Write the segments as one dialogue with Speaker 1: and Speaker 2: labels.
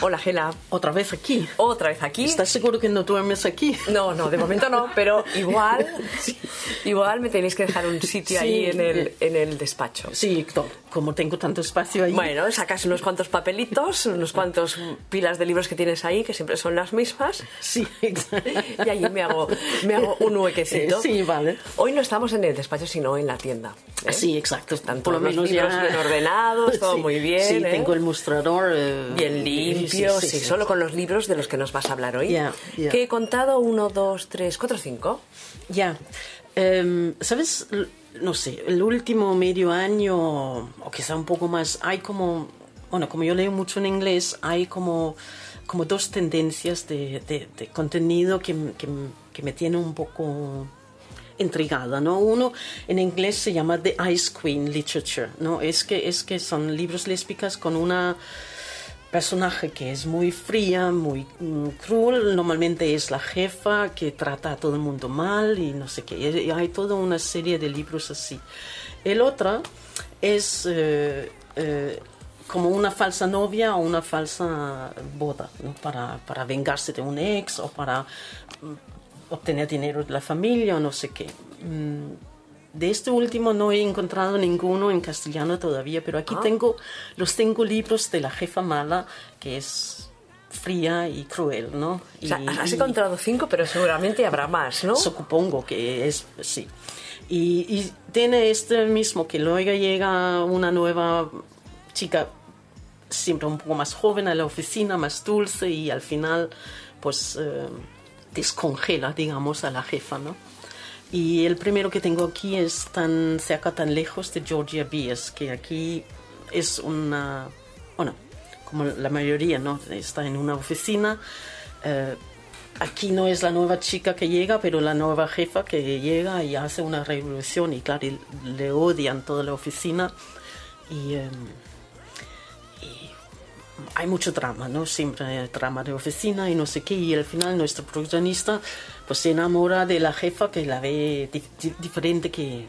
Speaker 1: Hola, Gela.
Speaker 2: Otra vez aquí.
Speaker 1: Otra vez aquí.
Speaker 2: ¿Estás seguro que no duermes aquí?
Speaker 1: No, no, de momento no, pero igual, igual me tenéis que dejar un sitio
Speaker 2: Sí.
Speaker 1: ahí en el, en el despacho.
Speaker 2: Sí, to- como tengo tanto espacio ahí.
Speaker 1: Bueno, sacas unos cuantos papelitos, unos cuantos pilas de libros que tienes ahí, que siempre son las mismas.
Speaker 2: Sí, exacto.
Speaker 1: Y allí me hago, me hago un huequecito.
Speaker 2: Eh, sí, vale.
Speaker 1: Hoy no estamos en el despacho, sino en la tienda. ¿eh?
Speaker 2: Ah, Sí, exacto. Están
Speaker 1: todos los libros bien ordenados, todo muy bien,
Speaker 2: Sí,
Speaker 1: ¿eh?
Speaker 2: tengo el mostrador. eh,
Speaker 1: Bien limpio, sí,
Speaker 2: sí, sí.
Speaker 1: solo con los libros de los que nos vas a hablar hoy.
Speaker 2: Ya, ya.
Speaker 1: Que he contado uno, dos, tres, cuatro, cinco.
Speaker 2: Ya. Em, ¿Sabes? L- No sé, el último medio año, o quizá un poco más, hay como, bueno, como yo leo mucho en inglés, hay como, como dos tendencias de, de- de contenido que, m- que m- que me tiene un poco intrigada, ¿no? Uno en inglés se llama The Ice Queen Literature, ¿no? Es que, es que son libros lésbicas con una personaje que es muy fría, muy mm, cruel, normalmente es la jefa que trata a todo el mundo mal y no sé qué. Y hay toda una serie de libros así. El otro es eh, eh, como una falsa novia o una falsa boda, ¿no? para, para vengarse de un ex o para mm, obtener dinero de la familia o no sé qué. Mm, de este último no he encontrado ninguno en castellano todavía, pero
Speaker 1: Ah.
Speaker 2: aquí tengo los cinco libros de la jefa mala, que es fría y cruel, ¿no?
Speaker 1: O sea,
Speaker 2: Y-
Speaker 1: has
Speaker 2: y-
Speaker 1: encontrado cinco, pero seguramente habrá más, ¿no?
Speaker 2: Supongo que es, sí. Y, y tiene este mismo, que luego llega una nueva chica, siempre un poco más joven a la oficina, más dulce, y al final, pues, eh, descongela, digamos, a la jefa, ¿no? Y el primero que tengo aquí es tan cerca, tan lejos de Georgia Beers, que aquí es una, bueno, como la mayoría, ¿no? Está en una oficina. eh, aquí no es la nueva chica que llega, pero la nueva jefa que llega y hace una revolución y claro, y le odian toda la oficina. Y, eh, y hay mucho drama, ¿no? Siempre hay drama de oficina y no sé qué. Y al final nuestro protagonista pues se enamora de la jefa que la ve di- di- diferente que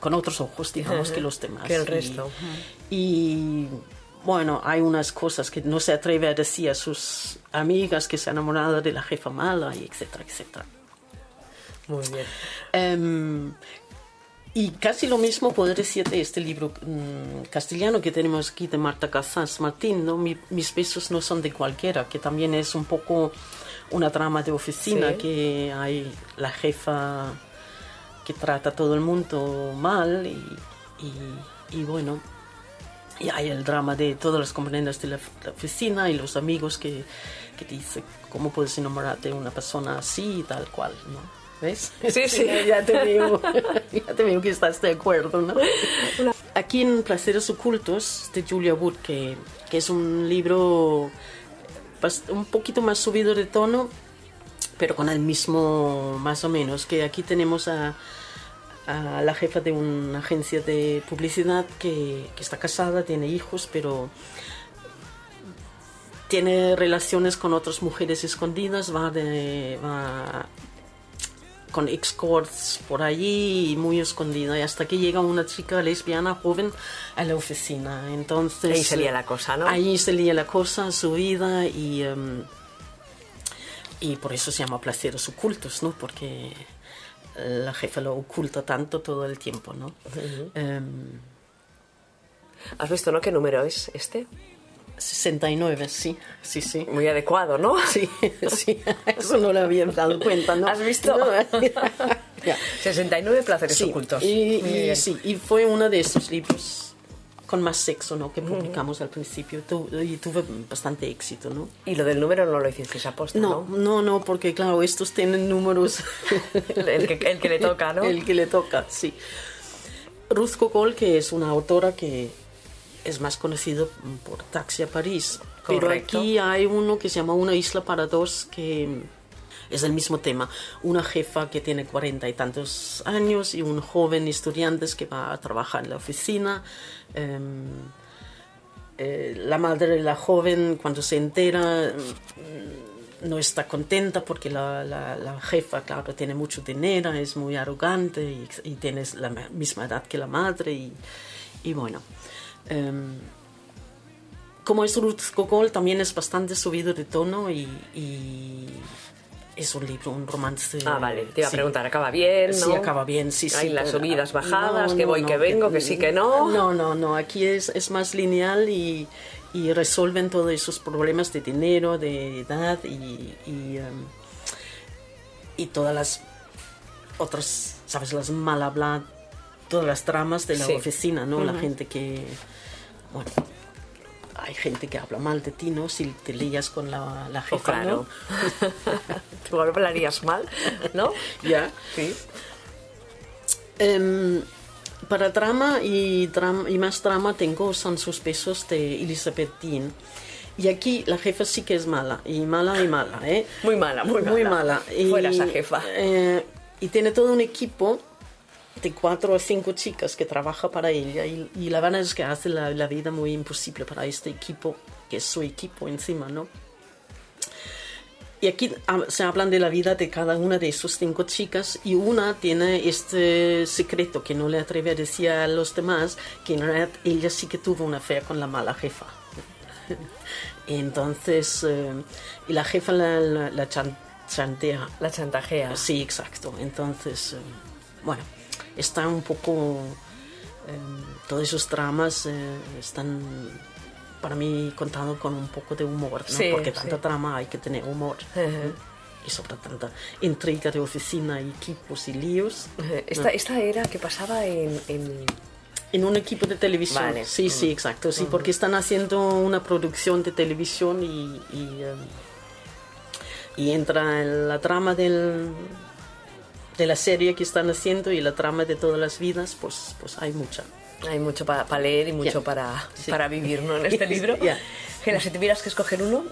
Speaker 2: con otros ojos, digamos, que los demás.
Speaker 1: Que el
Speaker 2: Y-
Speaker 1: resto.
Speaker 2: y bueno, hay unas cosas que no se atreve a decir a sus amigas que se han enamorado de la jefa mala, y etcétera, etcétera.
Speaker 1: Muy bien.
Speaker 2: Em, y casi lo mismo poder decir de este libro mm, castellano que tenemos aquí de Marta Casas Martín, ¿no? Mi- Mis besos no son de cualquiera, que también es un poco una trama de oficina
Speaker 1: Sí.
Speaker 2: que hay la jefa que trata a todo el mundo mal y, y- y bueno, y hay el drama de todas las componentes de la, la oficina y los amigos que, que dicen cómo puedes enamorarte de una persona así y tal cual, ¿no? ¿Ves?
Speaker 1: Sí, sí.
Speaker 2: ya te veo, ya te veo que estás de acuerdo, ¿no? Aquí en Placeres Ocultos de Julia Wood, que, que es un libro bast- un poquito más subido de tono, pero con el mismo más o menos, que aquí tenemos a, a la jefa de una agencia de publicidad que, que está casada, tiene hijos, pero tiene relaciones con otras mujeres escondidas, va, de, va con escorts por allí y muy escondida, y hasta que llega una chica lesbiana joven a la oficina. Entonces,
Speaker 1: Ahí se lía la cosa, ¿no?
Speaker 2: Ahí se lía la cosa, su vida y... em, y por eso se llama placeres ocultos, ¿no? Porque eh, la jefa lo oculta tanto todo el tiempo, ¿no? Em,
Speaker 1: ¿Has visto, no? ¿Qué número es este?
Speaker 2: 69, sí, sí, sí.
Speaker 1: Muy adecuado, ¿no?
Speaker 2: Sí, sí, eso no lo había dado cuenta, ¿no?
Speaker 1: ¿Has visto?
Speaker 2: No, ya.
Speaker 1: 69 placeres
Speaker 2: Sí,
Speaker 1: ocultos.
Speaker 2: Y,
Speaker 1: Muy
Speaker 2: y
Speaker 1: bien.
Speaker 2: sí, y fue uno de esos libros con más sexo, ¿no? Que publicamos al principio tu- y tuve bastante éxito, ¿no?
Speaker 1: Y lo del número no lo hicisteis aposta,
Speaker 2: No,
Speaker 1: ¿no?
Speaker 2: no, no, porque claro, estos tienen números.
Speaker 1: El que- el que le toca, ¿no?
Speaker 2: El que le toca, sí. Ruth Cocol, que es una autora que es más conocida por Taxi a París. Pero
Speaker 1: Correcto.
Speaker 2: aquí hay uno que se llama Una isla para dos, que es el mismo tema. Una jefa que tiene cuarenta y tantos años y un joven estudiante que va a trabajar en la oficina. Em, eh, la madre de la joven cuando se entera mm, no está contenta porque la, la- la jefa, claro, tiene mucho dinero, es muy arrogante y, y tiene la ma- misma edad que la madre y, y bueno. em, como es Ruth Gogol, también es bastante subido de tono y, y es un libro, un romance.
Speaker 1: Ah, vale, te iba
Speaker 2: sí.
Speaker 1: a preguntar, ¿acaba bien? ¿no?
Speaker 2: Sí, acaba bien, sí, sí.
Speaker 1: Hay las
Speaker 2: pero-
Speaker 1: subidas, bajadas,
Speaker 2: No,
Speaker 1: que
Speaker 2: no,
Speaker 1: voy,
Speaker 2: no,
Speaker 1: que vengo, que sí, que no.
Speaker 2: No, no, no, aquí es, es más lineal y, y resuelven todos esos problemas de dinero, de edad y, y, em, y todas las otras, ¿sabes? Las mal habladas, todas las tramas de la
Speaker 1: Sí.
Speaker 2: oficina, ¿no? La gente que, bueno, hay gente que habla mal de ti, ¿no? Si te lías con la, la
Speaker 1: O
Speaker 2: jefa,
Speaker 1: Oh, claro. Tú hablarías mal, ¿no?
Speaker 2: ¿no? Ya.
Speaker 1: Sí.
Speaker 2: Em, para trama y, dram- y más trama tengo San Suspesos de Elizabeth Dean. Y aquí la jefa sí que es mala, y mala y mala, ¿eh?
Speaker 1: Muy mala, muy mala.
Speaker 2: Muy mala. Y,
Speaker 1: Fuera esa jefa.
Speaker 2: eh, y tiene todo un equipo de cuatro o cinco chicas que trabaja para ella y, y la verdad es que hace la, la vida muy imposible para este equipo, que es su equipo encima, ¿no? Y aquí ah, se hablan de la vida de cada una de esas cinco chicas y una tiene este secreto que no le atreve a decir a los demás, que en realidad ella sí que tuvo una fe con la mala jefa. Entonces, eh, y la jefa la, la, la chan- chantea.
Speaker 1: La chantajea.
Speaker 2: Sí, exacto. Entonces, eh, bueno, está un poco... eh, todos esos tramas eh, están, para mí, contado con un poco de humor, ¿no?
Speaker 1: Sí,
Speaker 2: Porque tanta
Speaker 1: sí.
Speaker 2: trama hay que tener humor. Y sobre tanta intriga de oficina y equipos y líos.
Speaker 1: Esta, esta era que pasaba en... en-
Speaker 2: En un equipo de televisión.
Speaker 1: Vale.
Speaker 2: Sí, sí, exacto. Sí, porque están haciendo una producción de televisión y, y, eh, y entra en la trama del, de la serie que están haciendo y la trama de todas las vidas, pues, pues hay mucha.
Speaker 1: Hay mucho para leer y mucho
Speaker 2: Ya.
Speaker 1: para,
Speaker 2: Sí.
Speaker 1: para vivir, ¿no? En este libro.
Speaker 2: Ya.
Speaker 1: Gela, si tuvieras que escoger uno...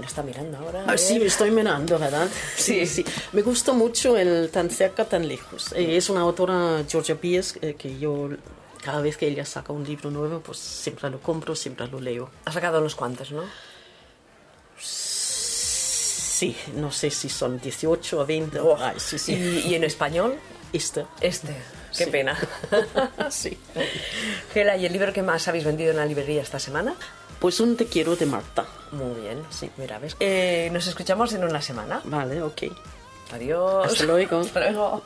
Speaker 1: Lo está mirando ahora. a
Speaker 2: Ah, sí,
Speaker 1: ver.
Speaker 2: me estoy mirando, ¿verdad?
Speaker 1: Sí.
Speaker 2: Me gusta mucho el Tan cerca, tan lejos. Eh, es una autora, Georgia Pierce, eh, que yo cada vez que ella saca un libro nuevo, pues siempre lo compro, siempre lo leo.
Speaker 1: Has sacado unos cuantos, ¿no?
Speaker 2: Sí, no sé si son 18 o 20. Ay, sí, sí.
Speaker 1: Y, y en español,
Speaker 2: Esta.
Speaker 1: este. Qué
Speaker 2: Sí.
Speaker 1: pena.
Speaker 2: sí.
Speaker 1: Gela, ¿y el libro que más habéis vendido en la librería esta semana?
Speaker 2: Pues un te quiero de Marta.
Speaker 1: Muy bien, sí, mira, ves. Eh, nos escuchamos en una semana.
Speaker 2: Vale, ok.
Speaker 1: Adiós.
Speaker 2: Hasta luego.
Speaker 1: Hasta luego.